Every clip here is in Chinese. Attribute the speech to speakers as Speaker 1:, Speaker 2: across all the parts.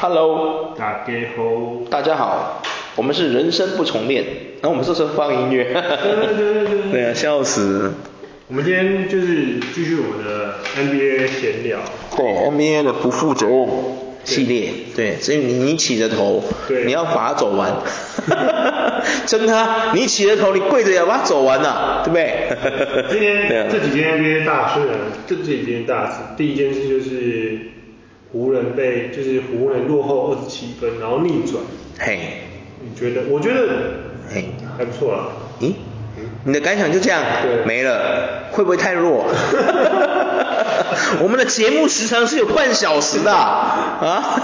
Speaker 1: Hello，
Speaker 2: 大家好，
Speaker 1: 大家好，我们是人生不重练，然后我们这时候放音乐，
Speaker 2: 对对对对
Speaker 1: 对啊，笑死。
Speaker 2: 我们今天就是继续我们的 NBA 闲聊。
Speaker 1: 对 NBA 的不负责任系列，对，所以你你起的头，
Speaker 2: 对
Speaker 1: 你要把它走完， 真的啊，你起的头，你跪着也要把它走完呐、啊对不对？
Speaker 2: 今
Speaker 1: 对啊
Speaker 2: 天这几天 NBA 大事呢，这这几件大事，第一件事就是湖人被就是湖人落后二十七分，然后逆转。
Speaker 1: 嘿，
Speaker 2: 你觉得？我觉得
Speaker 1: 嘿，
Speaker 2: 还不错啊啦。
Speaker 1: 咦，嗯你的感想就这样
Speaker 2: 对
Speaker 1: 没了，会不会太 弱？我们的节目时长是有半小时的啊， 啊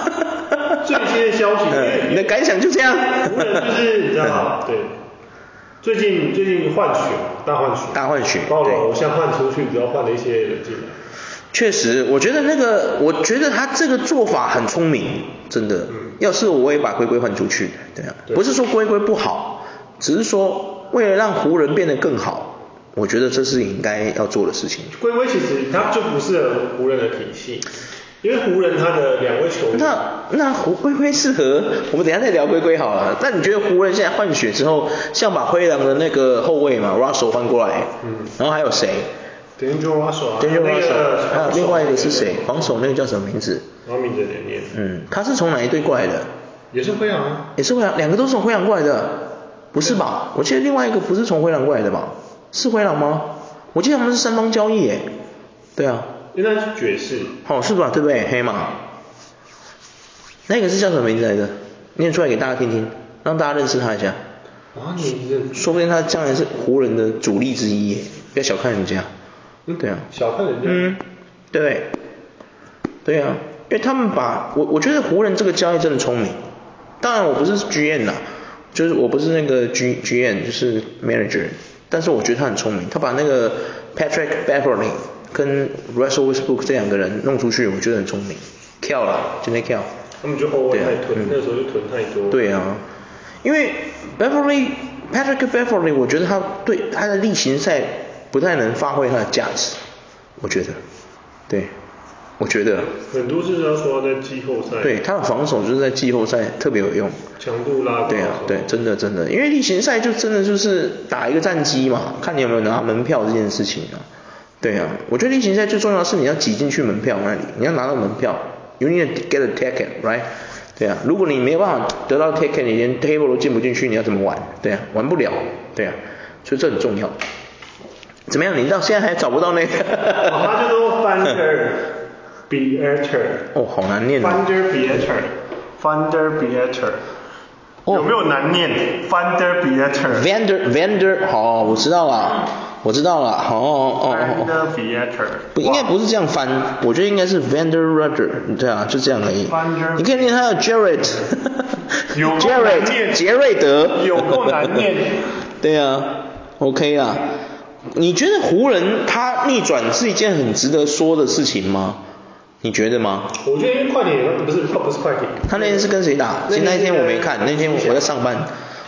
Speaker 2: 最新的消息，因为
Speaker 1: 嗯你的感想就这样，
Speaker 2: 湖人就是你知道 吗？对，最近最近换血，大换血，
Speaker 1: 大换血
Speaker 2: 把我的
Speaker 1: 对
Speaker 2: 偶像换出去，然后换了一些人进来。
Speaker 1: 确实，我觉得那个，我觉得他这个做法很聪明，真的。
Speaker 2: 嗯
Speaker 1: 要是我也把龟龟换出去，对啊，
Speaker 2: 对
Speaker 1: 不是说龟龟不好，只是说为了让湖人变得更好，我觉得这是应该要做的事情。
Speaker 2: 龟龟其实他就不适合湖人的体系，因为湖人他的两位球员，
Speaker 1: 那那湖龟龟适合，我们等一下再聊龟龟好了。那你觉得湖人现在换血之后，像把灰狼的那个后卫嘛，Russell 换过来，
Speaker 2: 嗯
Speaker 1: 然后还有谁
Speaker 2: d a n g e r o s s e 啊，
Speaker 1: ？Daniel
Speaker 2: 那
Speaker 1: Russell，
Speaker 2: 个
Speaker 1: 还有另外一个是谁？防守那个叫什么名字？
Speaker 2: 然后名字也念，
Speaker 1: 嗯，他是从哪一队过来的？
Speaker 2: 也是灰狼啊，
Speaker 1: 也是灰狼，两个都是从灰狼过来的，不是吧？我记得另外一个不是从灰狼过来的吧？是灰狼吗？我记得他们是三方交易耶。对啊，
Speaker 2: 应该是爵士，
Speaker 1: 好、是吧？对不对？黑马，那个是叫什么名字来着？念出来给大家听听，让大家认识他一下。
Speaker 2: 啊，你这
Speaker 1: 说不定他将来是湖人的主力之一耶，不要小看人家。对啊。
Speaker 2: 小看人家，
Speaker 1: 嗯，对，对啊，因为他们把我我觉得湖人这个交易真的聪明。当然我不是 GM 啦，就是我不是那个 G GM，就是 manager，但是我觉得他很聪明，他把那个 Patrick Beverly 跟 Russell Westbrook 这两个人弄出去，我觉得很聪明。跳了，今天跳。
Speaker 2: 他们就后卫
Speaker 1: 对啊
Speaker 2: 太囤
Speaker 1: 嗯，
Speaker 2: 那个时候就囤太多，
Speaker 1: 对啊，因为 Beverly Patrick Beverly，我觉得他对他的例行赛不太能发挥他的价值，我觉得，对，我觉得，
Speaker 2: 很多是要说他在季后赛，
Speaker 1: 对，他的防守就是在季后赛特别有用。
Speaker 2: 强度拉高，
Speaker 1: 对啊，对，真的真的，因为例行赛就真的就是打一个战绩嘛，看你有没有拿门票这件事情啊。对啊，我觉得例行赛最重要的是你要挤进去门票那里，你要拿到门票，you need to get a ticket，right？对啊，如果你没有办法得到 ticket，你连 table 都进不进去，你要怎么玩？对啊，玩不了，对啊，所以这很重要。怎么样？你到现在还找不到那个？
Speaker 2: 哦，他叫做 Thunder Beater。
Speaker 1: 哦，好难念哦。
Speaker 2: Thunder Beater。Thunder Beater。
Speaker 1: 哦
Speaker 2: 有没有难念？Thunder Beater。
Speaker 1: Vander Vander，好，我知道了，我知道了，好哦哦哦。哦
Speaker 2: Thunder Beater。
Speaker 1: 不应该不是这样翻，我觉得应该是 Vander Rudder，对啊，就这样而已
Speaker 2: Vander-。
Speaker 1: 你可以念他的 Jarrett，
Speaker 2: 有够
Speaker 1: Jarrett
Speaker 2: 难念
Speaker 1: 杰瑞德，
Speaker 2: 有够难念。
Speaker 1: 对啊，OK 啦。你觉得湖人他逆转是一件很值得说的事情吗？你觉得吗？
Speaker 2: 我觉得因为快艇不是不是快艇，
Speaker 1: 他那天是跟谁打？其实那一天我没看，那天我在上班。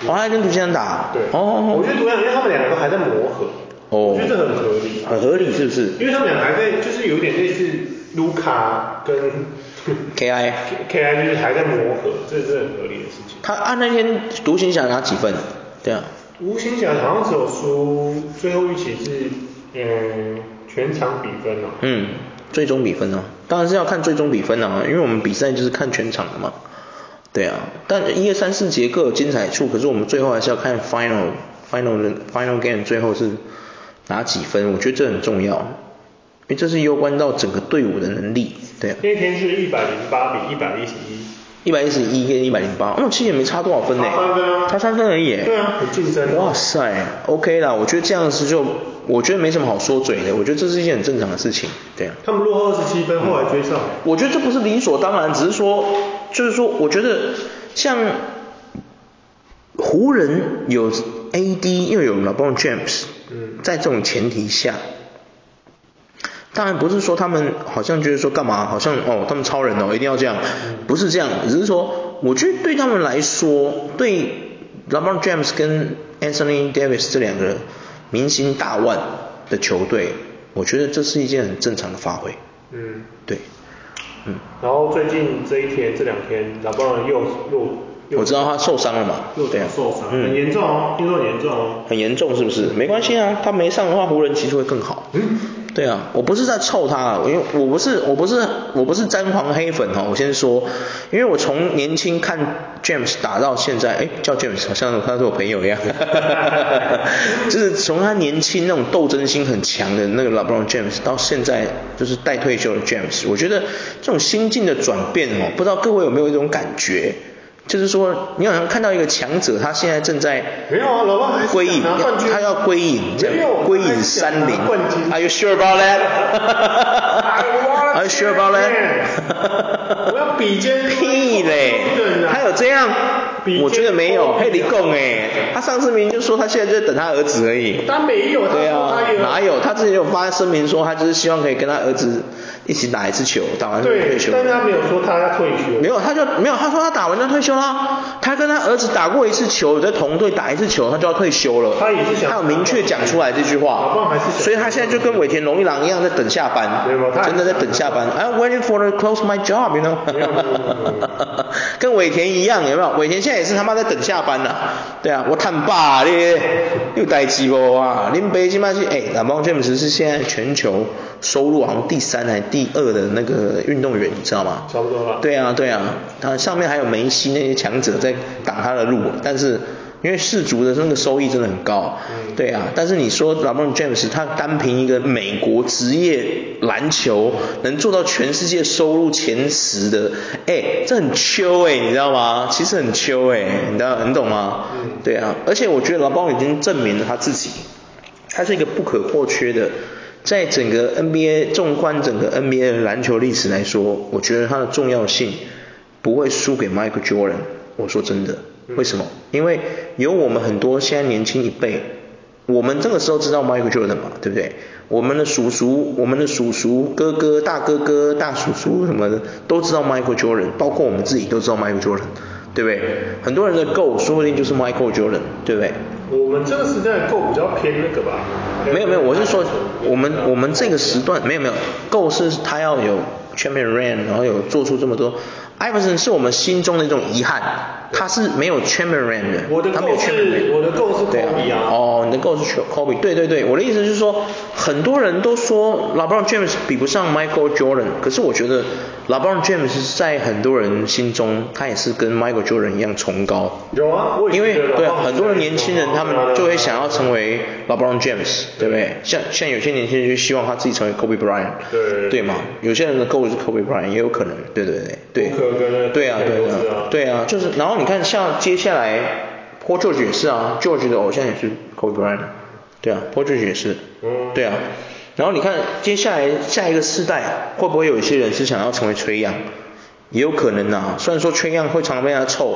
Speaker 1: 哦，他跟独行侠打。
Speaker 2: 对，
Speaker 1: 哦哦
Speaker 2: 我觉得独行侠因为他们两个都还在磨合，
Speaker 1: 哦
Speaker 2: 我觉得这很合理
Speaker 1: 哦，，很合理是不是
Speaker 2: 因为他们俩还在就是有点类似卢卡跟
Speaker 1: ？KI。
Speaker 2: K I 就是还在磨合，这是很合理的事情。
Speaker 1: 他按那天独行侠拿几分？对啊。
Speaker 2: 吴兴祥好像只有输最后一起是，嗯，全场比分哦。
Speaker 1: 嗯，最终比分啊，当然是要看最终比分啊，因为我们比赛就是看全场的嘛。对啊，但一二三四节各有精彩处，可是我们最后还是要看 final final 的 final game 最后是拿几分，我觉得这很重要，因为这是攸关到整个队伍的能力。对啊，
Speaker 2: 那天是一百零八比一百一十一，
Speaker 1: 一百一十一跟一百零八，哦，其实也没差多少分呢、
Speaker 2: 差三分啊
Speaker 1: 差三分而已、欸。
Speaker 2: 对啊，很竞争。
Speaker 1: 哇，塞，OK 啦，我觉得这样子就，我觉得没什么好说嘴的，我觉得这是一件很正常的事情，对啊。
Speaker 2: 他们落后二十七分，后来追上。
Speaker 1: 我觉得这不是理所当然，只是说，就是说，我觉得像湖人有 AD 又有 LeBron James，
Speaker 2: 嗯
Speaker 1: 在这种前提下，当然不是说他们好像觉得说干嘛，好像哦他们超人哦一定要这样，不是这样，只是说我觉得对他们来说，对 LeBron James 跟 Anthony Davis 这两个明星大腕的球队，我觉得这是一件很正常的发挥，
Speaker 2: 嗯，
Speaker 1: 对。嗯，
Speaker 2: 然后最近这一天这两天，老布朗又又又
Speaker 1: 我知道他受伤了嘛，
Speaker 2: 又
Speaker 1: 对啊，
Speaker 2: 受伤，
Speaker 1: 嗯，
Speaker 2: 很严重哦，听说很严重哦。
Speaker 1: 很严重是不是？没关系啊，他没上的话，湖人其实会更好。
Speaker 2: 嗯，
Speaker 1: 对啊，我不是在臭他啊，因为我不是我不是我不是詹皇黑粉啊哈、我先说，因为我从年轻看 James 打到现在，哎，叫 James 好像他是我朋友一样，就是从他年轻那种斗争心很强的那个 LeBron James 到现在就是待退休的 James，我觉得这种心境的转变哦，不知道各位有没有一种感觉，就是说你好像看到一个强者，他现在正在
Speaker 2: 没有啊，老布朗还是
Speaker 1: 归隐
Speaker 2: 想拿冠，军，
Speaker 1: 他要归隐，这
Speaker 2: 没有
Speaker 1: 样归隐山林
Speaker 2: 他想拿冠。军
Speaker 1: Are you sure about
Speaker 2: 哎
Speaker 1: that? Are you 哎 sure about that?
Speaker 2: 我要比肩
Speaker 1: 屁嘞
Speaker 2: 对，啊
Speaker 1: 他有这样
Speaker 2: 比？肩哦
Speaker 1: 我觉得没有，
Speaker 2: 比
Speaker 1: 佩
Speaker 2: 肩
Speaker 1: 里贡哎，他上次明明就说他现在就在等他儿子而已。
Speaker 2: 他没有，他
Speaker 1: 对
Speaker 2: 说
Speaker 1: 啊
Speaker 2: 他，有，
Speaker 1: 哪有？他之前有发声明说，他就是希望可以跟他儿子一起打一次球，打完就退
Speaker 2: 对，
Speaker 1: 休。
Speaker 2: 但是他没有说他要退休，
Speaker 1: 没有，他就没有，他说他打完就退休啦。他跟他儿子打过一次球，在同队打一次球，他就要退休了。
Speaker 2: 他也是想
Speaker 1: 他有明确讲出来这句
Speaker 2: 老
Speaker 1: 话
Speaker 2: 棒还是，想
Speaker 1: 所以他现在就跟尾田荣一郎一样在等下班
Speaker 2: 没有没有他，还
Speaker 1: 真的在等下班。I'm waiting for the close my job, you know
Speaker 2: 没有没有没有没有
Speaker 1: 跟尾田一样，有没有？尾田现在也是他妈在等下班呐、对啊，我探爸咧，又代志无啊？林北今麦是哎，老邦詹姆斯是现在全球收入好像第三还是第二的那个运动员，你知道吗？
Speaker 2: 差不多了。
Speaker 1: 对啊，对啊，他上面还有梅西那些强者在挡他的路，但是因为氏族的那个收益真的很高，
Speaker 2: 嗯
Speaker 1: 对啊，但是你说 LeBron James 他单凭一个美国职业篮球能做到全世界收入前十的，哎，这很秋哎、你知道吗？其实很秋哎、你知道你懂吗？
Speaker 2: 嗯
Speaker 1: 对啊，而且我觉得 LeBron 已经证明了他自己，他是一个不可或缺的，在整个 NBA 纵观整个 NBA 的篮球历史来说，我觉得它的重要性不会输给 Michael Jordan。我说真的，为什么？因为有我们很多现在年轻一辈，我们这个时候知道 Michael Jordan 嘛，对不对？我们的叔叔、我们的叔叔、哥哥、大哥哥、大叔叔什么的，都知道 Michael Jordan，包括我们自己都知道 Michael Jordan，对不对？很多人的 goal 说不定就是 Michael Jordan，对不对？
Speaker 2: 我们这个时代的够比较偏那个吧？
Speaker 1: 没有没有，我是说我们我们这个时段没有没有，够是他要有 Champion Ran，然后有做出这么多。Iverson 是我们心中的一种遗憾，他是没有 Champion Ran 的，
Speaker 2: 我的
Speaker 1: 他没有
Speaker 2: goal 是
Speaker 1: Champion Ran。
Speaker 2: 我的 goal 是
Speaker 1: 对啊
Speaker 2: Kobe 啊
Speaker 1: 哦，你的 goal 是 Kobe，对对对，我的意思就是说，很多人都说 LeBron James 比不上 Michael Jordan，可是我觉得 LeBron James 在很多人心中，他也是跟 Michael Jordan 一样崇高。
Speaker 2: 有啊，我也
Speaker 1: 因为
Speaker 2: 觉得啊
Speaker 1: 对
Speaker 2: 老
Speaker 1: 啊，
Speaker 2: 棒
Speaker 1: 很多的年轻人他们就会想要成为 LeBron James，对不呃对
Speaker 2: 对？
Speaker 1: 像像有些年轻人就希望他自己成为 Kobe Bryant，
Speaker 2: 对
Speaker 1: 对嘛？有些人的 goal 是 Kobe Bryant，也有可能，对对对对，
Speaker 2: 不可能
Speaker 1: 对啊对
Speaker 2: 都
Speaker 1: 啊
Speaker 2: 是啊
Speaker 1: 对啊，就是然后你看像接下来 Paul George 也是啊，George 的偶像也是 Kobe Bryant，对啊，Paul George 也是，
Speaker 2: 嗯
Speaker 1: 对啊，然后你看接下来下一个世代会不会有一些人是想要成为崔杨？也有可能呐、虽然说缺样会常常被他臭，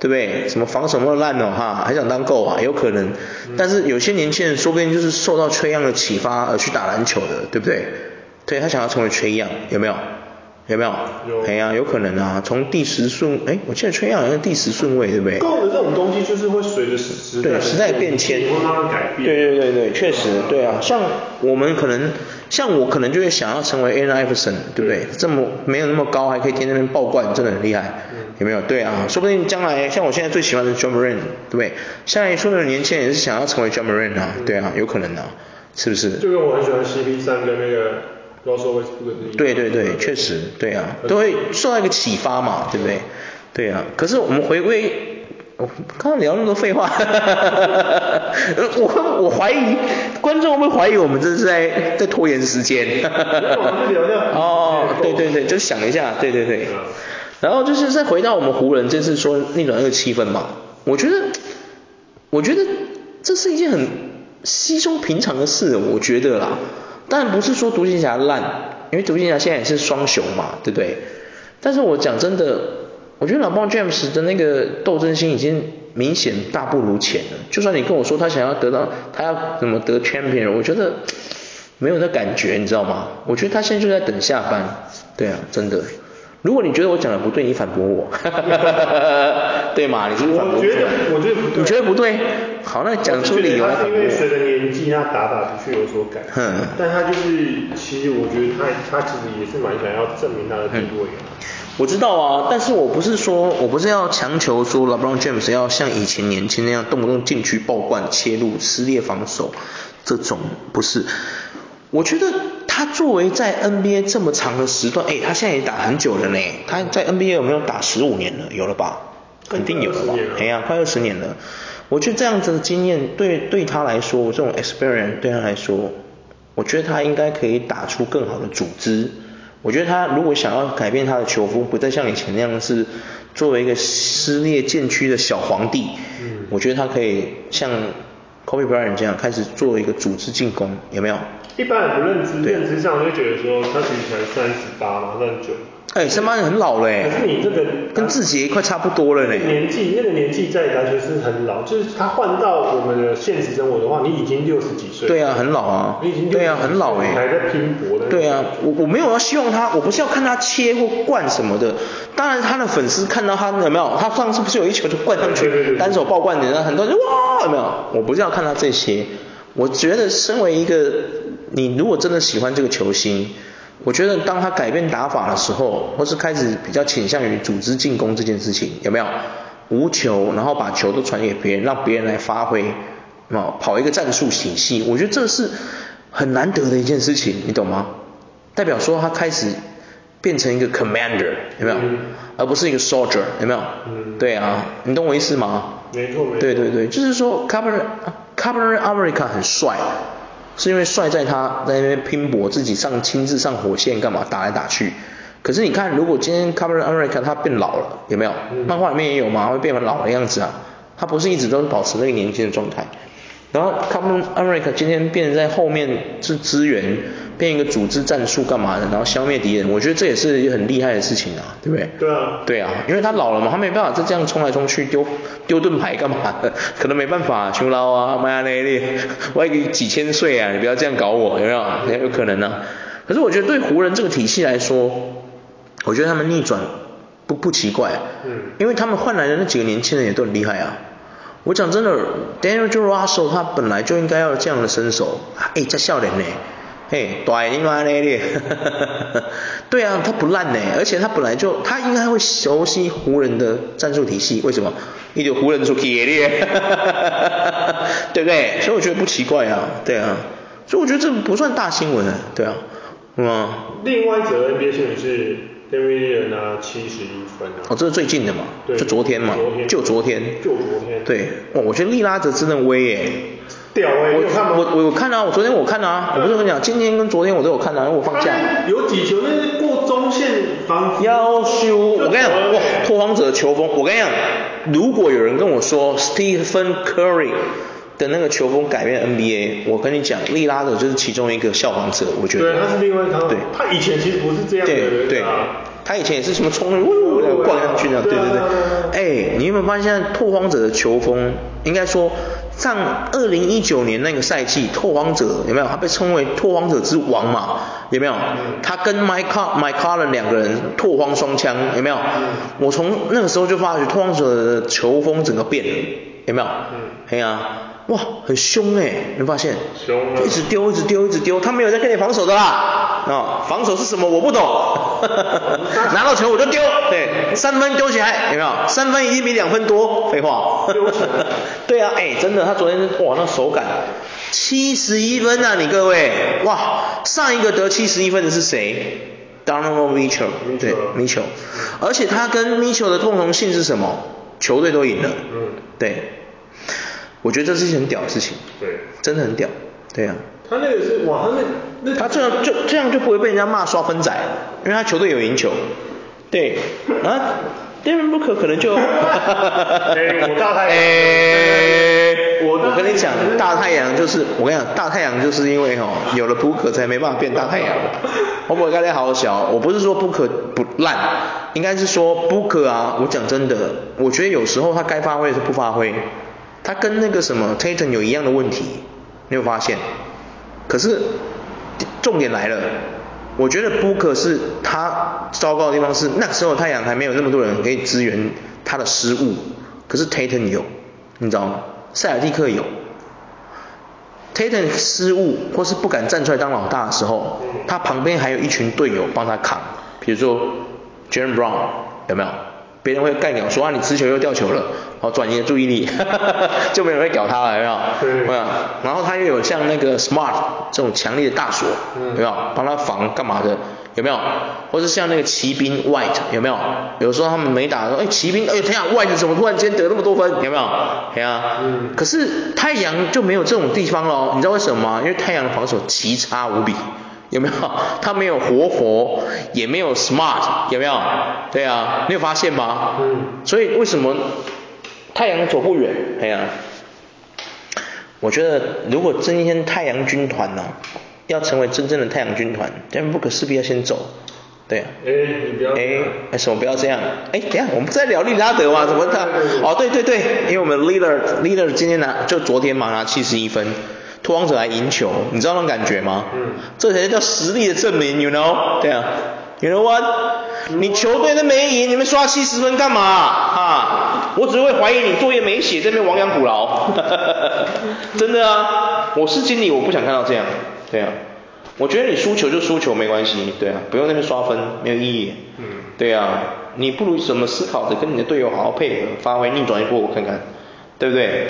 Speaker 1: 对不对？什么防守那么烂哦哈，还想当 GO 啊，也有可能。但是有些年轻人说不定就是受到缺样的启发而去打篮球的，对不对？对他想要成为缺样，有没有？有没有？
Speaker 2: 有
Speaker 1: 哎呀、有可能啊，从第十顺，哎，我记得缺样好像第十顺位，对不对？
Speaker 2: 够的这种东西，就是会随着时代
Speaker 1: 对
Speaker 2: 的
Speaker 1: 时代变迁，
Speaker 2: 会慢慢改变。
Speaker 1: 对对对对，确实，对啊，像我们可能，像我可能就会想要成为 Allen Iverson，对不对？
Speaker 2: 嗯
Speaker 1: 这么没有那么高，还可以天天那边爆冠，真的很厉害，
Speaker 2: 嗯
Speaker 1: 有没有？对啊，说不定将来像我现在最喜欢的 j o h n m o r a n 对不对？现在说的年轻人也是想要成为 j o h n m o r a n
Speaker 2: 嗯
Speaker 1: 啊，对啊，有可能啊，是不是？
Speaker 2: 就跟我很喜欢 CP 三跟那个 Russell Westbrook 是一样
Speaker 1: 对对
Speaker 2: 嗯
Speaker 1: 对，确实，对啊，都会受到一个启发嘛，对不对？对啊，可是我们回归，我刚刚聊那么多废话， 我我怀疑观众会不会怀疑我们这是在在拖延时间？
Speaker 2: 我们聊聊
Speaker 1: 哦，对对对，就想一下，对对对。
Speaker 2: 嗯
Speaker 1: 然后就是再回到我们湖人这次说逆转二七分嘛，我觉得，我觉得这是一件很稀松平常的事，我觉得啦。当然不是说独行侠烂，因为独行侠现在也是双雄嘛，对不对？但是我讲真的，我觉得老棒 James 的那个斗争心已经明显大不如前了。就算你跟我说他想要得到，他要怎么得 champion，我觉得没有那感觉，你知道吗？我觉得他现在就在等下班。对啊，真的。如果你觉得我讲的不对，你反驳我。 对嘛？你是不是反
Speaker 2: 我
Speaker 1: 驳
Speaker 2: 觉
Speaker 1: 出
Speaker 2: 得
Speaker 1: 来？
Speaker 2: 我觉得不对，
Speaker 1: 你觉得不对？好，那讲出理由来
Speaker 2: 他是
Speaker 1: 反
Speaker 2: 因
Speaker 1: 驳
Speaker 2: 为随
Speaker 1: 我。
Speaker 2: 着年纪，他打法的确有所改。
Speaker 1: 嗯
Speaker 2: 但他就是，其实我觉得他他其实也是蛮想要证明他的地位啊。
Speaker 1: 我知道啊，但是我不是说，我不是要强求说 LeBron James 要像以前年轻那样动不动禁区爆灌、切入、撕裂防守这种，不是。我觉得他作为在 NBA 这么长的时段，哎，他现在也打很久了呢，他在 NBA 有没有打十五年了？有了吧？肯定有了吧
Speaker 2: 快20年了？
Speaker 1: 哎呀，快二十年了。我觉得这样子的经验对对他来说，这种 experience 对他来说，我觉得他应该可以打出更好的组织。我觉得他如果想要改变他的球风，不再像以前那样是作为一个撕裂禁区的小皇帝，
Speaker 2: 嗯
Speaker 1: 我觉得他可以像 Kobe Bryant 这样开始做一个组织进攻，有没有？
Speaker 2: 一般人不认知，
Speaker 1: 对
Speaker 2: 认知上就觉得说他其实才三十八嘛，三十九。
Speaker 1: 哎，三八人很老嘞
Speaker 2: 可，是你这个
Speaker 1: 跟志杰快差不多了
Speaker 2: 那
Speaker 1: 嘞。
Speaker 2: 个年纪，那个年纪在篮球是很老，就是他换到我们的现实生活的话，你已经六十几岁。
Speaker 1: 对啊，很老啊
Speaker 2: 你已经，
Speaker 1: 对啊，很老
Speaker 2: 哎，
Speaker 1: 哎、
Speaker 2: 你还在拼搏的。
Speaker 1: 对啊，我我没有要希望他，我不是要看他切或灌什么的。当然，他的粉丝看到他有没有，他上次不是有一球就灌上
Speaker 2: 对对对
Speaker 1: 去，
Speaker 2: 对
Speaker 1: 单手爆灌的，然后很多人就哇有没有？我不是要看他这些，我觉得身为一个你如果真的喜欢这个球星，我觉得当他改变打法的时候，或是开始比较倾向于组织进攻这件事情，有没有？无球，然后把球都传给别人，让别人来发挥，啊，跑一个战术体系，我觉得这是很难得的一件事情，你懂吗？代表说他开始变成一个 commander，有没有？
Speaker 2: 嗯
Speaker 1: 而不是一个 soldier，有没有？
Speaker 2: 嗯
Speaker 1: 对啊，你懂我意思吗？
Speaker 2: 没错没错
Speaker 1: 对对对，就是说 c a b e r c a b e r America 很帅，是因为帅在他在那边拼搏，自己上亲自上火线干嘛，打来打去。可是你看，如果今天 c a b e r America 他变老了，有没有？
Speaker 2: 嗯
Speaker 1: 漫画里面也有嘛，会变成老的样子啊。他不是一直都是保持那个年轻的状态。然后 c a b e r America 今天变成在后面是支援，变一个组织战术干嘛的，然后消灭敌人，我觉得这也是一个很厉害的事情啊，对不对？
Speaker 2: 对啊
Speaker 1: 对啊，因为他老了嘛，他没办法再这样冲来冲去丢丢盾牌干嘛 的，可能没办法，熊捞啊，迈阿密利，我也几千岁啊，你不要这样搞我，有没有？也有可能啊。可是我觉得对湖人这个体系来说，我觉得他们逆转不不奇怪，啊
Speaker 2: 嗯
Speaker 1: 因为他们换来的那几个年轻人也都很厉害啊。我讲真的，Daniel j o Russell 他本来就应该要有这样的身手，哎，在笑脸呢，嘿，大你妈嘞咧， 对啊，他不烂呢，而且他本来就他应该会熟悉湖人的战术体系，为什么？一有湖人出给咧， 对不对？所以我觉得不奇怪啊，对啊，所以我觉得这不算大新闻啊，对啊，嗯啊，
Speaker 2: 另外一则 NBA 新闻是 d a v i d 拿七十一分啊。
Speaker 1: 哦，这是最近的嘛，
Speaker 2: 对
Speaker 1: 就昨天嘛，
Speaker 2: 昨天
Speaker 1: 就昨天，
Speaker 2: 就昨天
Speaker 1: 对，哇，我觉得利拉德真的威耶。
Speaker 2: 屌哎、你有看吗？嗯
Speaker 1: 我我我看啊，我昨天我看啊，我不是跟你讲，今天跟昨天我都有看啊，因为我放假。
Speaker 2: 他有几球那是过中线防
Speaker 1: 要修，我跟你讲，
Speaker 2: 就
Speaker 1: 哇，拓荒者球风，我跟你讲，如果有人跟我说 Stephen Curry 的那个球风改变 NBA，我跟你讲，利拉德就是其中一个效仿者，我觉得。
Speaker 2: 对，他是另外一套。
Speaker 1: 对
Speaker 2: 他以前其实不是这样的
Speaker 1: 对对
Speaker 2: 人啊。，嗯
Speaker 1: 他以前也是什么冲呜呜灌上去那样，对对对。哎，你有没有发现现在拓荒者的球风？应该说，上二零一九年那个赛季，拓荒者有没有？他被称为拓荒者之王嘛？有没有？
Speaker 2: 嗯
Speaker 1: 他跟 Mike Mike Conley 两个人拓荒双枪，有没有？
Speaker 2: 嗯
Speaker 1: 我从那个时候就发觉拓荒者的球风整个变了，有没有？
Speaker 2: 嗯
Speaker 1: 哎呀、哇，很凶哎、你有没有发现？
Speaker 2: 凶啊
Speaker 1: 就一直丢，一直丢，一直丢，他没有在跟你防守的啦。啊、防守是什么？我不懂。 拿到球我就丢，对，三分丢起来，有没有？三分一定比两分多，废话。
Speaker 2: 丢起来
Speaker 1: 对啊，哎，真的，他昨天哇，那手感七十一分啊，你各位，哇，上一个得七十一分的是谁？Donovan Mitchell，
Speaker 2: Mitchell
Speaker 1: 对，Mitchell，而且他跟 Mitchell 的共同性是什么？球队都赢了，
Speaker 2: 嗯
Speaker 1: 对，我觉得这是一件很屌的事情，
Speaker 2: 对
Speaker 1: 真的很屌，对啊，
Speaker 2: 他那个是哇，他那那
Speaker 1: 他这样就这样就不会被人家骂刷分仔，因为他球队有赢球。对，然后 Devin Booker 可能就，
Speaker 2: 哎我大太阳
Speaker 1: 哎
Speaker 2: 我大
Speaker 1: 我跟你讲
Speaker 2: 太阳，
Speaker 1: 大太阳就是我跟你讲，大太阳就是因为哦，有了 Booker 才没办法变大太阳。我不该好小，我不是说 Booker 不烂，应该是说 Booker 啊，我讲真的，我觉得有时候他该发挥是不发挥，他跟那个什么 Tatum 有一样的问题，你有发现？可是重点来了，我觉得 Booker 是他糟糕的地方是，那时候太阳还没有那么多人可以支援他的失误，可是 Tatum 有，你知道吗？塞尔蒂克有，Tatum 失误或是不敢站出来当老大的时候，他旁边还有一群队友帮他扛，比如说 Jaren Brown 有没有？别人会干掉说啊你持球又掉球了，好转移了注意力， 就没有人会屌他了，有没有？
Speaker 2: 对
Speaker 1: 有没有？然后他又有像那个 Smart 这种强力的大锁，
Speaker 2: 嗯
Speaker 1: 有没有？帮他防干嘛的？有没有？或是像那个骑兵 White 有没有？有时候他们没打说，哎，骑兵，哎，天啊，White 怎么突然间得那么多分？有没有？哎呀、
Speaker 2: 嗯
Speaker 1: 可是太阳就没有这种地方了，哦你知道为什么吗？因为太阳的防守奇差无比，有 没有？他没有活佛，也没有 Smart，有没有？对啊，你有发现吗？
Speaker 2: 嗯
Speaker 1: 所以为什么太阳走不远？哎呀、我觉得如果今天太阳军团呢、要成为真正的太阳军团，他们不可势必要先走，对啊。
Speaker 2: 哎、你不要这
Speaker 1: 哎
Speaker 2: 样，
Speaker 1: 哎，什么不要这样？哎，等一下我们在聊利拉德嘛？怎么他？哦，对对对，因为我们 leader leader 今天拿就昨天嘛拿七十一分，拓荒者还赢球，你知道那种感觉吗？
Speaker 2: 嗯
Speaker 1: 这才叫实力的证明，you know？对啊，you know what？你球队都没赢，你们刷七十分干嘛啊？我只会怀疑你作业没写，这边亡羊补牢。 真的啊，我是经理，我不想看到这样。对啊，我觉得你输球就输球没关系，对啊，不用那边刷分，没有意义。
Speaker 2: 嗯
Speaker 1: 对啊，你不如怎么思考的跟你的队友好好配合，发挥逆转一波，我看看，对不对？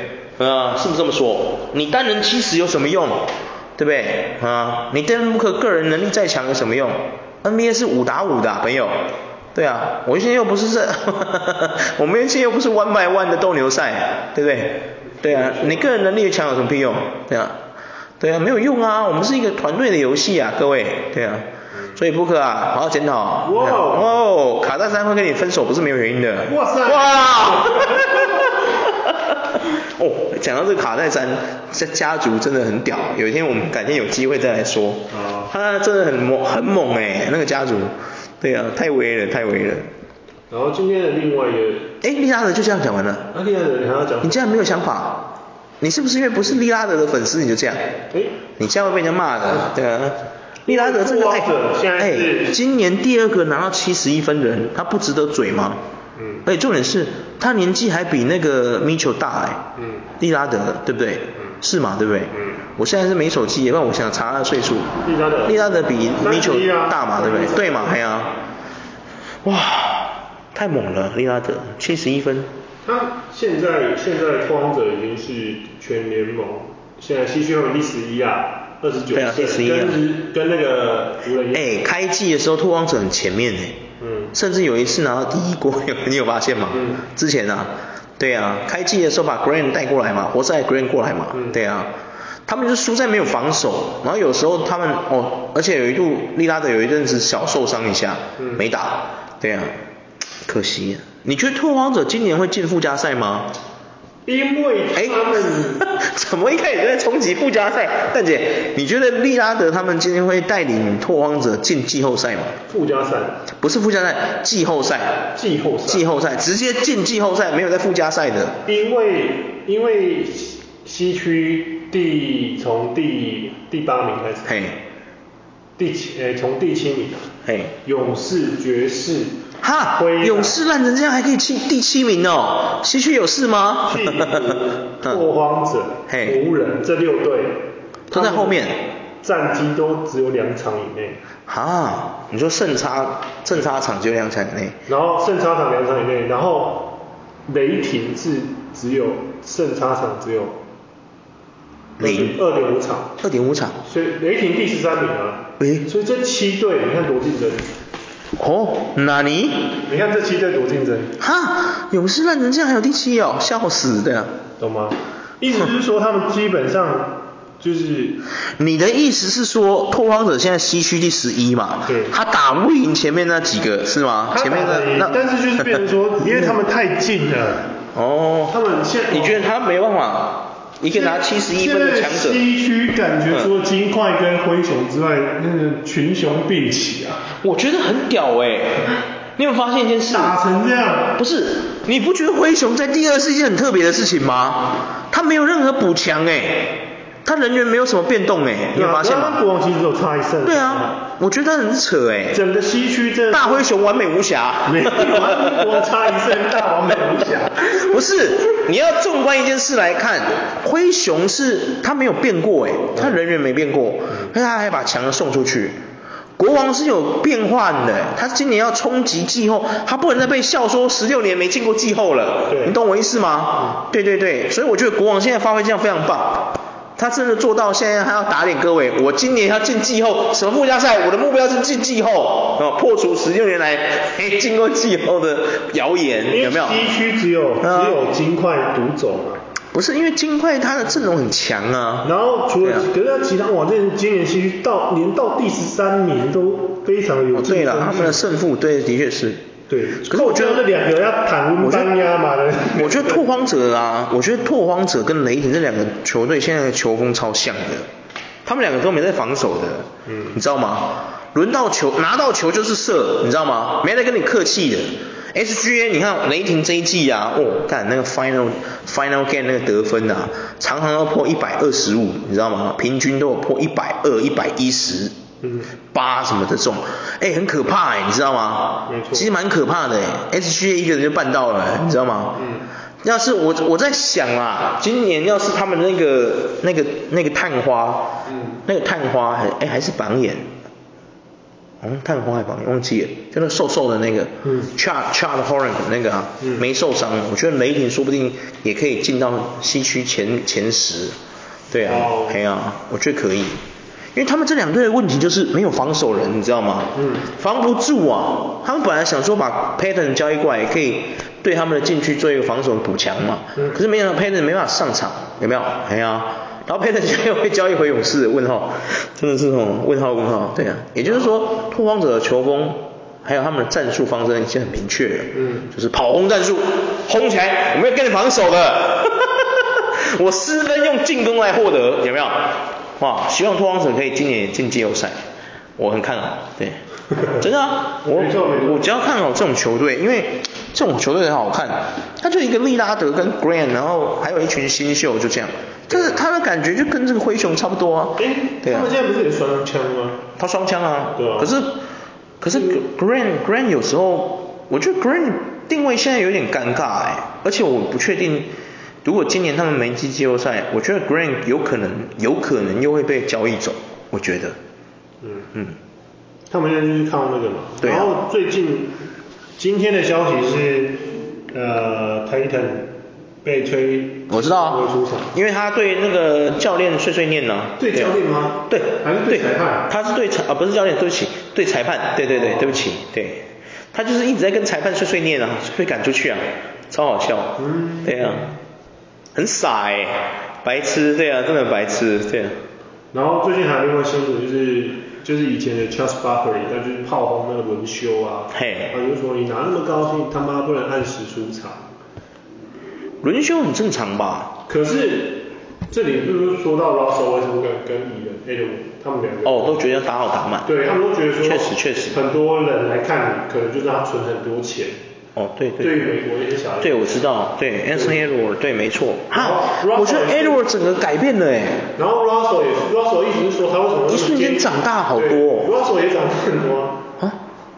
Speaker 1: 啊、是不是这么说？你单人七十有什么用？对不对？啊，你邓布克个人能力再强有什么用？NBA 是五打五的、啊，朋友。对啊，我现在又不是这， 我们现在又不是 one by one 的斗牛赛，对不对？对啊，你个人能力强有什么屁用？对啊，对啊，没有用啊，我们是一个团队的游戏啊，各位，对啊。所以布克啊，好好检讨。
Speaker 2: 哇
Speaker 1: 哦，卡戴珊会跟你分手不是没有原因的。
Speaker 2: 哇塞
Speaker 1: 哇！ 哦，讲到这个卡戴珊，这家族真的很屌。有一天我们改天有机会再来说。
Speaker 2: 哦
Speaker 1: 他真的很猛，很猛哎、那个家族。对啊，太威了，太威了。
Speaker 2: 然后今天的另外一个，
Speaker 1: 哎，利拉德就这样讲完了。
Speaker 2: 那、啊、另外的你还要讲
Speaker 1: 你，竟然没有想法？你是不是因为不是利拉德的粉丝你就这样？
Speaker 2: 哎、
Speaker 1: 你这样会被人家骂的，对啊。利拉德这个哎
Speaker 2: 拓荒者现在是
Speaker 1: 哎，今年第二个拿到七十一分的人，他不值得嘴吗？
Speaker 2: 嗯
Speaker 1: 而且哎重点是他年纪还比那个米球大哎，
Speaker 2: 嗯
Speaker 1: 利拉德对不对？
Speaker 2: 嗯
Speaker 1: 是嘛，对不对？
Speaker 2: 嗯
Speaker 1: 我现在是没手机，也不然我想查他的岁数。
Speaker 2: 利拉德
Speaker 1: 利拉德比米球
Speaker 2: 31啊
Speaker 1: 大嘛，对不对？
Speaker 2: 31
Speaker 1: 对嘛，哎呀、哇，太猛了，利拉德七十一分，
Speaker 2: 他现在现在拓荒者已经是全联盟现在西区排名第十一啊，二十九
Speaker 1: 对啊第11啊
Speaker 2: 跟跟那个湖人一样
Speaker 1: 哎，开季的时候拓荒者很前面哎，
Speaker 2: 嗯
Speaker 1: 甚至有一次拿到第一锅，你有 你有发现吗？
Speaker 2: 嗯
Speaker 1: 之前啊，对啊，开季的时候把 Green 带过来嘛，活塞 Green 过来嘛，
Speaker 2: 嗯
Speaker 1: 对啊，他们就输在没有防守，然后有时候他们哦，而且有一度利拉德有一阵子小受伤一下，
Speaker 2: 嗯
Speaker 1: 没打，对啊，可惜。啊你觉得拓荒者今年会进附加赛吗？
Speaker 2: 因为
Speaker 1: 哎
Speaker 2: 他们，
Speaker 1: 怎么一开始就在冲击附加赛？蛋姐，你觉得利拉德他们今天会带领拓荒者进季后赛吗？
Speaker 2: 附加赛、
Speaker 1: 不是附加赛，季后赛。
Speaker 2: 季后赛、
Speaker 1: 季后赛直接进季后赛，没有在附加赛的。
Speaker 2: 因为因为西西区第从第第八名开始，
Speaker 1: 嘿，
Speaker 2: 第七诶从第七名啊，
Speaker 1: 嘿，
Speaker 2: 勇士、爵士，
Speaker 1: 哈
Speaker 2: 灰，狼
Speaker 1: 勇士烂成这样还可以进第七名哦，西区有事吗？
Speaker 2: 鹈鹕、拓荒者、
Speaker 1: 嘿
Speaker 2: 湖人这六队
Speaker 1: 都在后面，
Speaker 2: 他们战绩都只有两场以内，
Speaker 1: 哈，你说胜差胜差场就两场以内，
Speaker 2: 然后胜差场两场以内，然后雷霆是只有胜差场只有
Speaker 1: 零
Speaker 2: 二点五场，
Speaker 1: 二点五场，
Speaker 2: 所以雷霆第十三名啊，
Speaker 1: 诶
Speaker 2: 所以这七队你看多竞争，
Speaker 1: 哦，纳尼？
Speaker 2: 你看这七队多竞争，
Speaker 1: 哈，勇士烂成这样还有第七哦，笑死的。
Speaker 2: 懂吗？意思就是说他们基本上就是
Speaker 1: 你的意思是说，拓荒者现在西区第十一嘛？
Speaker 2: 对
Speaker 1: 他打不赢前面那几个是吗？前面
Speaker 2: 的
Speaker 1: 那那，
Speaker 2: 但是就是变 成说，因为他们太近了，
Speaker 1: 哦，
Speaker 2: 他们现
Speaker 1: 你觉得他没办法，一个拿七十一分的强者
Speaker 2: 现在，西区感觉除了金块跟灰熊之外，那个群雄并起啊，
Speaker 1: 我觉得很屌哎、你有没有发现一件事？
Speaker 2: 打成这样，
Speaker 1: 不是，你不觉得灰熊在第二是一件很特别的事情吗？他没有任何补强哎、他人员没有什么变动哎、你有发现
Speaker 2: 跟
Speaker 1: 吗？
Speaker 2: 啊国王其实只有差一胜。
Speaker 1: 对啊，，我觉得很扯哎、
Speaker 2: 整个西区真的
Speaker 1: 大灰熊完美无瑕，
Speaker 2: 没有啊，国王差一胜，大王美无瑕。
Speaker 1: 不是，你要纵观一件事来看，灰熊是他没有变过哎，他人员没变过，
Speaker 2: 嗯
Speaker 1: 但他还把强送出去。国王是有变换的，他今年要冲击季后，他不能再被笑说十六年没进过季后了
Speaker 2: 对，嗯
Speaker 1: 你懂我意思吗？对对对，所以我觉得国王现在发挥这样非常棒，他真的做到现在还要打脸各位，我今年要进季后，什么附加赛，我的目标是进季后，哦，破除十六年来没进过季后的谣言，有没有？
Speaker 2: 因为西区只有
Speaker 1: 嗯
Speaker 2: 只有金块独走嘛，
Speaker 1: 不是因为金块他的阵容很强啊，
Speaker 2: 然后除了
Speaker 1: 对啊
Speaker 2: 可是他其他哇，这今年西区到连到第十三名都非常有竞争
Speaker 1: 哦对
Speaker 2: 力。
Speaker 1: 了，他们的胜负对的确是。
Speaker 2: 对，
Speaker 1: 可是我觉得
Speaker 2: 那两个要谈温
Speaker 1: 我觉得
Speaker 2: 班亚嘛的，
Speaker 1: 我觉得拓荒者啊，我觉得拓荒者跟雷霆这两个球队现在的球风超像的，他们两个都没在防守的，
Speaker 2: 嗯
Speaker 1: 你知道吗？轮到球拿到球就是射，你知道吗？没来跟你客气的。SGA，你看雷霆这一季啊，哦，干那个 final final game 那个得分啊，常常要破一百二十五，你知道吗？平均都有破一百二、一百一十。
Speaker 2: 嗯
Speaker 1: 八什么的这种，哎、很可怕哎、你知道吗？
Speaker 2: 没错
Speaker 1: 其实蛮可怕的哎、s g a 一个人就办到了、你知道吗？
Speaker 2: 嗯
Speaker 1: 要是我我在想啊，今年要是他们那个那个那个探花，
Speaker 2: 嗯
Speaker 1: 那个探花还哎、还是榜眼，好像探花还是榜眼忘记了，就那瘦瘦的那个，
Speaker 2: 嗯
Speaker 1: c h a r c h a r Horan 那个啊，
Speaker 2: 嗯
Speaker 1: 没受伤，我觉得雷霆说不定也可以进到西区前前十，对啊，
Speaker 2: 哦
Speaker 1: 哎呀、我觉得可以，因为他们这两队的问题就是没有防守人，你知道吗？
Speaker 2: 嗯
Speaker 1: 防不住啊。他们本来想说把 Patton 交易过来，可以对他们的禁区做一个防守补强嘛。
Speaker 2: 嗯
Speaker 1: 可是没想到 Patton 没办法上场，有没有？哎呀、然后 Patton 现在又被交易回勇士，问号，真的是那种问号问号。对啊，也就是说，拓荒者的球风还有他们的战术方针已经很明确了。
Speaker 2: 嗯
Speaker 1: 就是跑轰战术，轰起来，我没有跟你防守的， 我失分用进攻来获得，有没有？哇，希望拓荒者可以今年也进季后赛，我很看好， 对，真的啊，我
Speaker 2: 没错没错
Speaker 1: 我只要看好这种球队，因为这种球队很好看，他就一个利拉德跟 Grant，然后还有一群新秀，就这样，但是他的感觉就跟这个灰熊差不多啊，
Speaker 2: 哎，
Speaker 1: 对
Speaker 2: 他
Speaker 1: 啊
Speaker 2: 们，现在不是也双枪吗？
Speaker 1: 他双枪啊，
Speaker 2: 对啊嗯
Speaker 1: 可是可是 Grant Grant 有时候，我觉得 Grant 定位现在有点尴尬哎，而且我不确定，如果今年他们没进季后赛，我觉得 Grant 有可能有可能又会被交易走，我觉得，
Speaker 2: 嗯，
Speaker 1: 嗯，
Speaker 2: 他们现在就是靠那个嘛。
Speaker 1: 对啊
Speaker 2: 然后最近今天的消息是，呃，Titan 被吹，
Speaker 1: 我知道
Speaker 2: 不会出
Speaker 1: 啊
Speaker 2: 场。，
Speaker 1: 因为他对那个教练碎碎念呢、
Speaker 2: 对
Speaker 1: 啊
Speaker 2: 教练吗
Speaker 1: 对，
Speaker 2: 还是对裁判哦
Speaker 1: 他是对裁啊，不是教练，对不起，对裁判，对对对，对不起，对，他就是一直在跟裁判碎碎念啊，被赶出去啊，超好笑，
Speaker 2: 嗯
Speaker 1: 对啊，很傻哎、白痴，对啊，真的很白痴，对啊，
Speaker 2: 然后最近还有另外新闻就是，就是以前的 Charles Barkley，他就是炮轰那个轮休啊，
Speaker 1: 嘿
Speaker 2: 他就说你拿那么高薪，他妈不能按时出场。
Speaker 1: 轮休很正常吧？
Speaker 2: 可是这里就是说到 Russell Westbrook 跟跟伊人 a d a 他们两个，
Speaker 1: 哦，我都觉得要打好打满，
Speaker 2: 对他们都觉得说，
Speaker 1: 确实确实
Speaker 2: 很多人来看你，可能就是他存很多钱，
Speaker 1: 哦，对对
Speaker 2: 对于美国一些小孩，
Speaker 1: 对，我知道，对，Anthony Edward，对，没错。哈
Speaker 2: 然，后
Speaker 1: 我觉得
Speaker 2: 哦 Russell
Speaker 1: Edward 整个改变了哎。
Speaker 2: 然后 Russell 也是，Russell 一直是说他为什么那么
Speaker 1: 一瞬间
Speaker 2: 坚
Speaker 1: 长大好多哦
Speaker 2: 对，Russell 也长大很多啊，
Speaker 1: 啊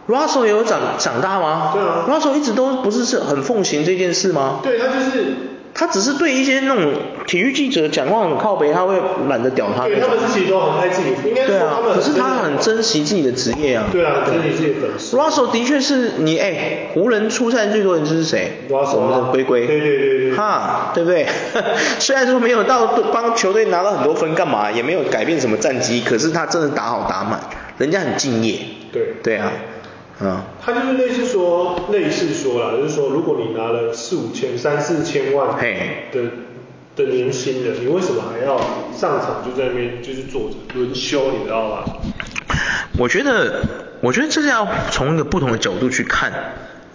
Speaker 1: ，Russell 也有长长大吗？
Speaker 2: 对啊
Speaker 1: ，Russell 一直都不是是很奉行这件事吗？
Speaker 2: 对他就是，
Speaker 1: 他只是对一些那种体育记者讲话很靠北，他会懒得屌他
Speaker 2: 对
Speaker 1: 那
Speaker 2: 他
Speaker 1: 种
Speaker 2: 们。自己都很爱自己，应该
Speaker 1: 对
Speaker 2: 说
Speaker 1: 啊
Speaker 2: 他们，
Speaker 1: 可是他
Speaker 2: 很
Speaker 1: 很珍惜自己的职业啊。
Speaker 2: 对啊，这是你自己的粉丝。
Speaker 1: Russell 的确是你哎，湖人出赛最多人是谁
Speaker 2: Russell
Speaker 1: 我
Speaker 2: 啊
Speaker 1: 们的龟龟。
Speaker 2: 对对对对
Speaker 1: 哈，对不 对？虽然说没有到帮球队拿到很多分干嘛，也没有改变什么战绩，可是他真的打好打满，人家很敬业。
Speaker 2: 对
Speaker 1: 对啊，嗯，
Speaker 2: 他就是类似说，类似说啦，就是说，如果你拿了四五千、三四千万的
Speaker 1: 嘿
Speaker 2: 的年薪了，你为什么还要上场就在那边就是坐着轮休，你知道吧？
Speaker 1: 我觉得，我觉得这是要从一个不同的角度去看。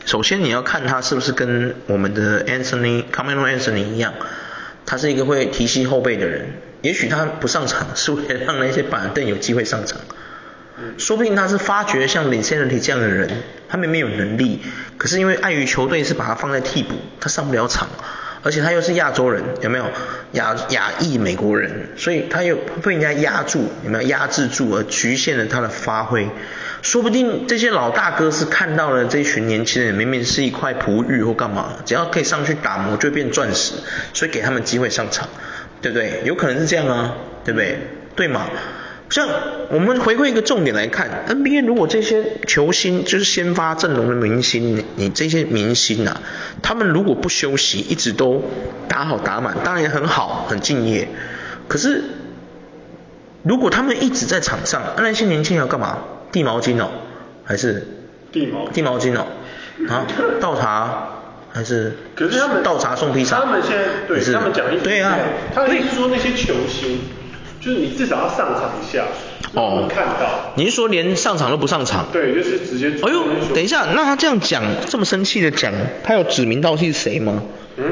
Speaker 1: 首先，你要看他是不是跟我们的 Anthony Camilo Anthony 一样，他是一个会提携后辈的人。也许他不上场是为了让那些板凳有机会上场，说不定他是发掘像 l i n c e n t y 这样的人，他明明有能力，可是因为碍于球队是把他放在替补，他上不了场。而且他又是亚洲人，有没有？亚亚裔美国人，所以他又被人家压住，有没有？压制住而局限了他的发挥。说不定这些老大哥是看到了这一群年轻人明明是一块璞玉或干嘛，只要可以上去打磨就会变钻石，所以给他们机会上场，对不对？有可能是这样啊，对不对？对吗？像我们回归一个重点来看，NBA 如果这些球星就是先发阵容的明星，你你这些明星啊，他们如果不休息，一直都打好打满，当然很好，很敬业。可是如果他们一直在场上，啊那些年轻人要干嘛？递毛巾哦，还是
Speaker 2: 地毛。
Speaker 1: 递毛巾哦？啊，倒茶还是？
Speaker 2: 可是他们
Speaker 1: 倒茶送披萨。
Speaker 2: 他们现在对
Speaker 1: 还是
Speaker 2: 他们讲的意思是
Speaker 1: 对啊，
Speaker 2: 这样他的
Speaker 1: 对
Speaker 2: 意思是说那些球星，就是你至少要上场一下，让他
Speaker 1: 哦
Speaker 2: 们，看到，
Speaker 1: 你是说连上场都不上场？
Speaker 2: 对，就是直接。
Speaker 1: 哎呦，等一下，那他这样讲，这么生气的讲，他有指名道姓谁吗？
Speaker 2: 嗯，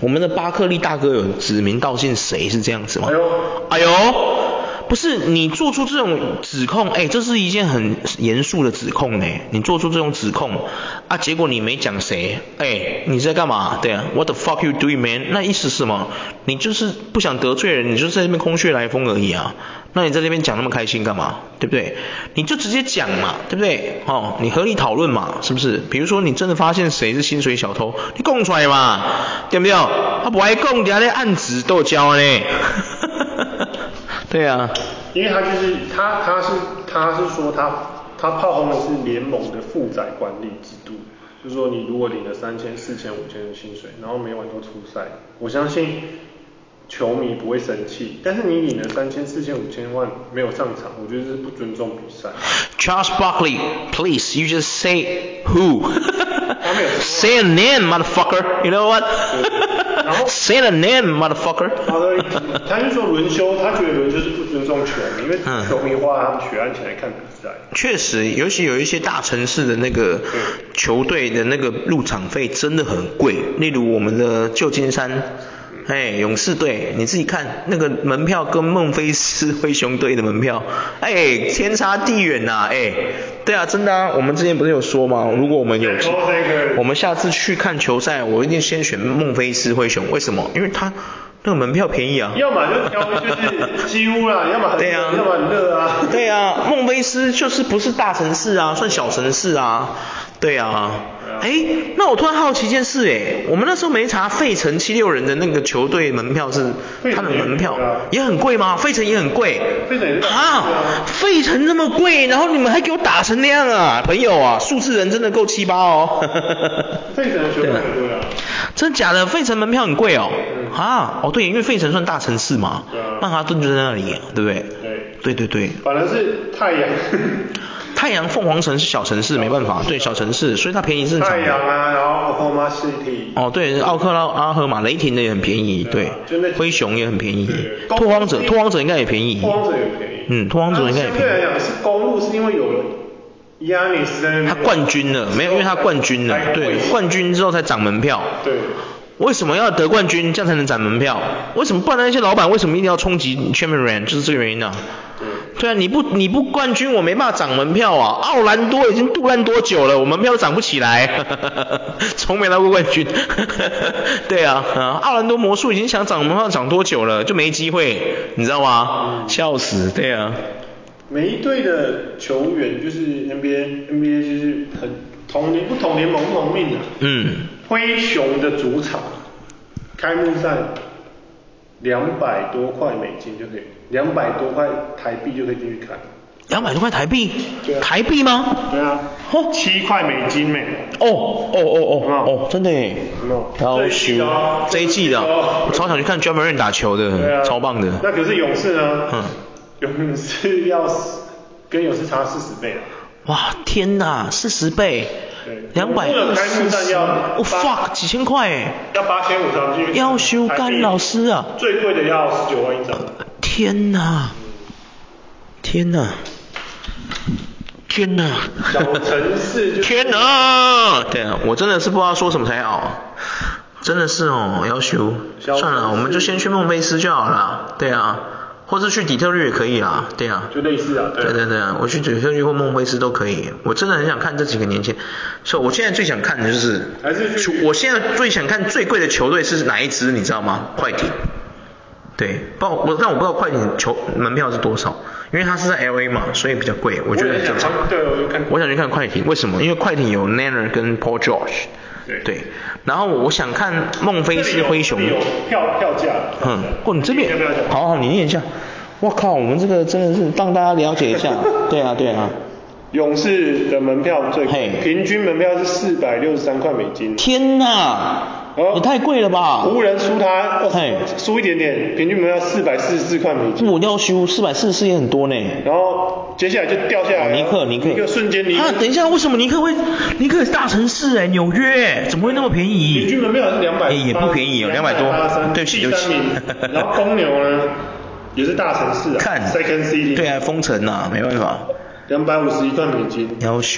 Speaker 1: 我们的巴克利大哥有指名道姓谁是这样子吗？
Speaker 2: 哎呦，
Speaker 1: 哎呦，不是你做出这种指控，哎，这是一件很严肃的指控呢。你做出这种指控啊，结果你没讲谁，哎，你在干嘛？对啊，What the fuck you doing man？那意思是什么？你就是不想得罪人，你就是在这边空穴来风而已啊。那你在这边讲那么开心干嘛？对不对？你就直接讲嘛，对不对？哦，你合理讨论嘛，是不是？比如说你真的发现谁是薪水小偷，你供出来嘛，对不对？他不爱供，底下那暗指都有交呢。 对啊，
Speaker 2: 因为他就是他，他是他是说他他炮轰的是联盟的负债管理制度，就是说你如果领了三千、四千、五千的薪水，然后每晚都出赛，我相信球迷不会生气。但是你领了三千、四千、五千万没有上场，我觉得这是不尊重比赛。
Speaker 1: Charles Barkley, please, you just say who.
Speaker 2: 没有说
Speaker 1: say a name, motherfucker. You know what?
Speaker 2: 然后
Speaker 1: say a name, motherfucker.
Speaker 2: 好的，他就说轮休，他觉得轮休是不尊重球迷，因为
Speaker 1: 嗯
Speaker 2: 球迷花他们血汗钱来看比赛。
Speaker 1: 确实，尤其有一些大城市的那个球队的那个入场费真的很贵，例如我们的旧金山。哎，勇士队，你自己看那个门票跟孟菲斯灰熊队的门票，哎，天差地远呐、哎，对啊，真的啊，我们之前不是有说吗？如果我们有
Speaker 2: 然后那个
Speaker 1: 嗯我们下次去看球赛，我一定先选孟菲斯灰熊，为什么？因为他那个门票便宜啊。
Speaker 2: 要么就挑就是几乎啦，要么很
Speaker 1: 对啊
Speaker 2: 要么很热啊。
Speaker 1: 对啊，孟菲斯就是不是大城市啊，算小城市啊。对啊，哎，那我突然好奇一件事，哎，我们那时候没查费城七六人的那个球队门票是，
Speaker 2: 费
Speaker 1: 他
Speaker 2: 城
Speaker 1: 的
Speaker 2: 也很
Speaker 1: 门票
Speaker 2: 贵啊
Speaker 1: 也很贵吗？费城也很贵。
Speaker 2: 费城也是大城市啊
Speaker 1: 啊，费城那么贵，然后你们还给我打成那样啊，朋友啊，数字人真的够七八哦。
Speaker 2: 费城的球队很贵啊，
Speaker 1: 真假的？费城门票很贵哦。啊，哦对，因为费城算大城市嘛
Speaker 2: 对啊，
Speaker 1: 曼哈顿就在那里，对不对？对对对。
Speaker 2: 反而是太阳，
Speaker 1: 太阳凤凰城是小城市，没办法，对小城市，所以它便宜是正
Speaker 2: 哦太
Speaker 1: 常
Speaker 2: 阳
Speaker 1: 的。
Speaker 2: 啊，然后 Oklahoma City，
Speaker 1: 哦，对，奥克拉阿赫嘛，雷霆的也很便宜，
Speaker 2: 对
Speaker 1: 对
Speaker 2: 啊就那，
Speaker 1: 灰熊也很便宜
Speaker 2: 对，
Speaker 1: 拓荒者拓荒者应该也便宜，
Speaker 2: 拓荒者也便宜。啊
Speaker 1: 嗯拓荒者应该也便宜
Speaker 2: 相对来讲是公路，是因为有了 Yanis 在那边
Speaker 1: 他冠军了，没有，因为他冠军了，对，冠军之后才涨门票。
Speaker 2: 对，
Speaker 1: 为什么要得冠军，这样才能攒门票？为什么不然那些老板为什么一定要冲击 Champion Run？就是这个原因啊。对啊，你不你不冠军，我没办法涨门票啊。奥兰多已经杜烂多久了，我门票都涨不起来， 从没拿过冠军。 对啊，啊，奥兰多魔术已经想涨门票涨多久了，就没机会，你知道吗？笑死，对啊。
Speaker 2: 每一队的球员就是 NBA NBA 就是很同年不同联盟不同命啊。
Speaker 1: 嗯，
Speaker 2: 灰熊的主场开幕赛两百多块美金就可以，两百多块台币就可以进去看。
Speaker 1: 两百多块台币
Speaker 2: 对啊，
Speaker 1: 台币吗？
Speaker 2: 对啊，七块美金呢。
Speaker 1: 哦哦哦
Speaker 2: 有没有
Speaker 1: 哦哦，真的耶
Speaker 2: 有没有，
Speaker 1: 超
Speaker 2: 这一季的哦
Speaker 1: 这一季的哦，我超想去看 j a m a r n 打球
Speaker 2: 对啊，
Speaker 1: 的，超棒的。
Speaker 2: 那可是勇士呢？
Speaker 1: 嗯
Speaker 2: 勇士要跟勇士差四十倍啊。
Speaker 1: 哇，天哪，四十倍
Speaker 2: 对，
Speaker 1: 两百
Speaker 2: 我们为了开幕战要
Speaker 1: 我 fuck 几千块哎，
Speaker 2: 要八千五张进去看，
Speaker 1: 要修干老师啊
Speaker 2: 最贵的要十九万一张，
Speaker 1: 天哪，天哪，天哪，
Speaker 2: 小城市就是
Speaker 1: 天哪！对啊，我真的是不知道说什么才好，真的是哦，要求。
Speaker 2: 小
Speaker 1: 算了，我们就先去孟菲斯就好了。对啊，或是去底特律也可以啊，对啊，
Speaker 2: 就类似啊，对
Speaker 1: 对对对啊，我去底特律或孟菲斯都可以。我真的很想看这几个年轻，所以我现在最想看的就是，
Speaker 2: 还是去
Speaker 1: 球我现在最想看最贵的球队是哪一支，你知道吗？快艇。对，不知道我但我不知道快艇球门票是多少，因为它是在 L A 嘛，所以比较贵，我觉得
Speaker 2: 也
Speaker 1: 很
Speaker 2: 想
Speaker 1: 正常。
Speaker 2: 对我就看
Speaker 1: 我想去看快艇，为什么？因为快艇有 n a n n e r 跟 Paul George，
Speaker 2: 对
Speaker 1: 然后我想看孟菲斯灰熊
Speaker 2: 这。里有票票价，
Speaker 1: 嗯，哦，你这边
Speaker 2: 要不要讲？
Speaker 1: 好好，你念一下。我靠，我们这个真的是让大家了解 一下。对啊，对啊。
Speaker 2: 勇士的门票最贵
Speaker 1: 嘿，
Speaker 2: 平均门票是四百六十三块美金。
Speaker 1: 天哪，
Speaker 2: 哦
Speaker 1: 也太贵了吧！
Speaker 2: 湖人输他
Speaker 1: 啊嘿
Speaker 2: 二十，输一点点，平均门票四百四十四块美金。
Speaker 1: 五六修四百四十四也很多呢。
Speaker 2: 然后接下来就掉下来了，
Speaker 1: 哦尼克，尼克，
Speaker 2: 尼克瞬间离
Speaker 1: 啊！等一下，为什么尼克会？尼克是大城市哎，纽约怎么会那么便宜？
Speaker 2: 平均门票是两百，
Speaker 1: 哎也不便宜哦200多对不起
Speaker 2: 第
Speaker 1: 对不
Speaker 2: 三
Speaker 1: 起
Speaker 2: 名。 然后公牛呢，也是大城市啊，
Speaker 1: 看
Speaker 2: Second City，
Speaker 1: 对啊，封城啊，没办法，
Speaker 2: 两百五十一块美金。
Speaker 1: 要修。